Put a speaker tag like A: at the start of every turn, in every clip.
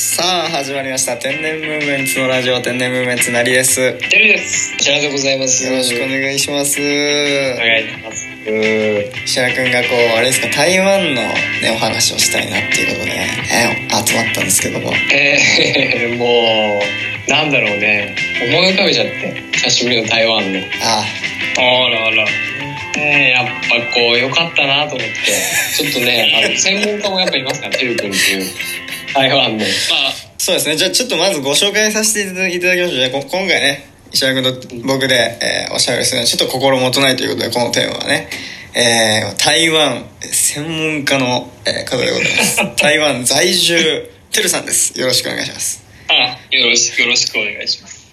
A: 始まりました天然ムーブメンツのラジオ天然ムーブメンツなりですよ
B: てるです。こちらでございます。
A: ろしくお願いします
B: お願いします。
A: 石原くんがこうあれですか台湾のねお話をしたいなっていうことで、ね、え集まったんですけども
B: えー、もう、なんだろうね。思い浮かべちゃって。久しぶりの台湾の。
A: あ
B: あらあら。ねえ、やっぱこう、良かったなと思って。ちょっとね、 あの、専門家もやっぱいますから、てるくんっていう。台湾の。ま
A: そうですねじゃあちょっとまずご紹介させていただいただきましょうじゃあこ今回ね石原くんと僕で、えーおしゃべりするのはちょっと心もとないということでこのテーマはねえー台湾専門家の、えー方でございます台湾在住てるさんですよろしくお願いします
C: あよろしくよろしくお願いします。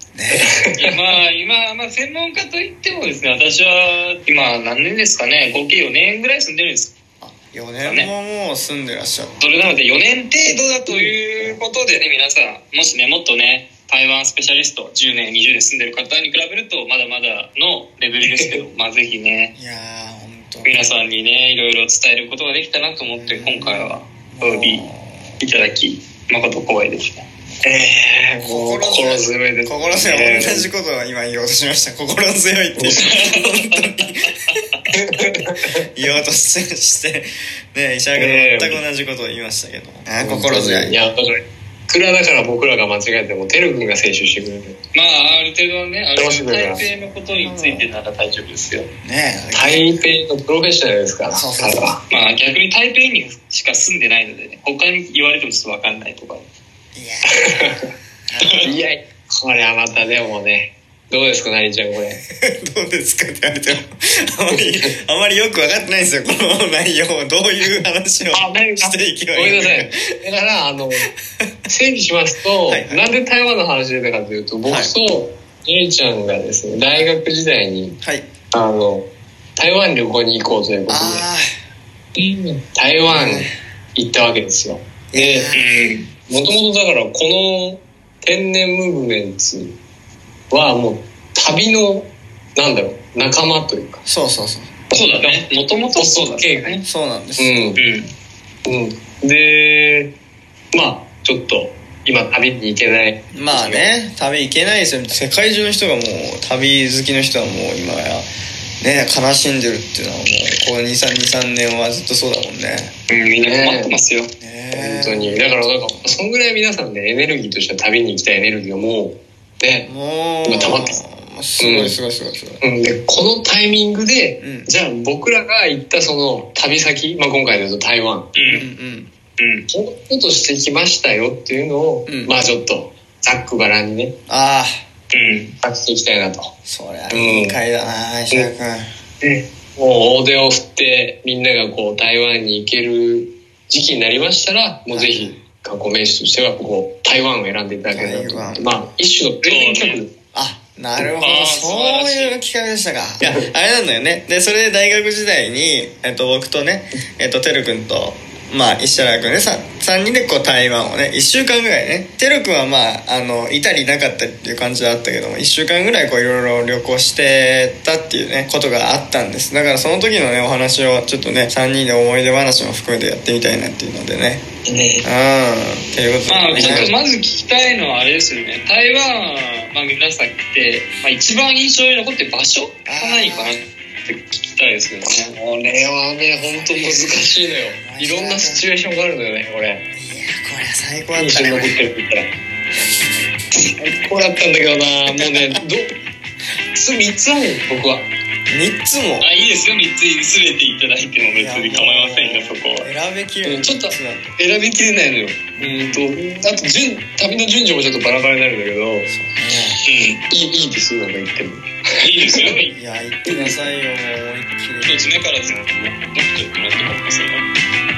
C: いやまあ今、まあ、専門家といってもですね私は今何年ですかね合計4年ぐらい住んでるんです
A: 4年ももう住んでらっしゃる
C: それなので4年程度だということでね皆さんもしねもっとね台湾スペシャリスト10年20年住んでる方に比べるとまだまだのレベルで すけどまあぜひね
A: いやー本当
C: 皆さんにねいろいろ伝えることができたなと思って今回はお呼びいただき誠光栄ですねえー、もう心強いですね
A: 心強い同じことを今言おうとしました心強いっていう本当に言おうとしてしてね石原君と全く同じことを言いましたけど、あー心強い
B: いや、だから、いくらだから僕らが間違えても、てるくんが選手してくれる。
C: まあ、ある程度はね、あ
B: 楽しみ
C: の
B: だな
C: 台北のことについてなら大丈夫ですよ。
A: ね
B: 台北のプロフェッショナルですから、
A: そうそうそう
B: 彼は
C: まあ、逆に台北にしか住んでないのでね、他に言われてもちょっとわかんないとか。
A: いや
B: いや、これはまたでもね、どうですか、なりちゃん、これ。
A: ーどうですかって言われてもあまりあまりよく分かってないんですよこの内容をどういう話をしていけば
B: ごめ
A: いい
B: ん
A: の
B: な
A: か
B: さい。だから、あの、整理しますと、
A: はいはい
B: なんで台湾の話出たかというと、僕
A: はい
B: と、ゆりちゃんがですね、大学時代に、
A: はい
B: あの、台湾旅行に行こうというこ
A: あ
B: とで、台湾行ったわけですよ。
A: ーいや
B: で、もともとだから、この天然ムーブメンツは、もう、旅の、なんだろう、仲間というか、
A: そうそうそう
C: そうだね。もともとそうだね。
A: そうなんです、
B: うん
C: う。ん。
B: うん、でまあちょっと今旅に行けない
A: まあね旅行けないですよ世界中の人がもう旅好きの人はもう今やね悲しんでるっていうのはもうこの233年はずっとそうだもんね
C: うん、みんな困ってますよ。
A: ね
B: 本当にだからなんかそんぐらい皆さんねエネルギーとしては旅に行きたいエネルギーがもうね、
A: も
B: 今溜まって
A: うすごいすごいすごいすごい
B: うん、でこのタイミングで、
A: うん
B: じゃあ僕らが行ったその旅先、まあ、今回だと台湾
C: う
A: うん
C: ん。
A: うん
C: うん。
B: こんなことしてきましたよっていうのを、
A: うん
B: まあちょっとざっくばらんにね
A: ああ
C: うん。
B: 話していきたいなと
A: そりゃいい回だな石原君
B: もう大手を振ってみんながこう台湾に行ける時期になりましたらもうぜひ観光名所としてはここ台湾を選んでいただければと思っ
A: 台
B: てまあ一種のプレゼン企画です
A: あなるほど
C: あー
A: そう
C: 素晴
A: い
C: ら
A: う企画でしたかいやあれなんだよねでそれで大学時代に、えっと、僕とね、えっと、てるくんと、まあ、石原くんね 3, 三人でこう台湾をね1週間ぐらいねてるくんはまああのいたりいなかったりっていう感じだったけども1週間ぐらいこういろいろ旅行してたっていうねことがあったんですだからその時のねお話をちょっとね3人で思い出話も含めてやってみたいなっていうのでねうんっていうこと
C: ま
A: で、
C: あ、僕
A: ね、
C: まず聞きたいのはあれですよね。台湾、まあ、皆さん来て、まあ、一番印象に残ってる場所が何かなって聞きたいですよね。
B: これはね本当難しい のよいろんなシチュエーションがあるのよねこれ
A: いやこれは最高だっ
B: 印
A: た
B: 象に
A: ね
B: 残ってるって言ったら最高だったんだけどなもうねど3つあるよ僕は
A: 3つも
C: あ、いいですよ。3つ全ていただいても別に構いませんよ、そこは。
A: 選べきれ
B: う
A: なんい
B: ちょっと選びきれないのようんとあと順旅の順序もちょっとバラバラになるんだけど
C: うん。い
B: いいいいですなんか言っても
C: いですよ。
A: いや、言ってくださいよ、もう思いっきり。
C: 一目からずっと、もっと言ってもらってもらってますよね。
A: い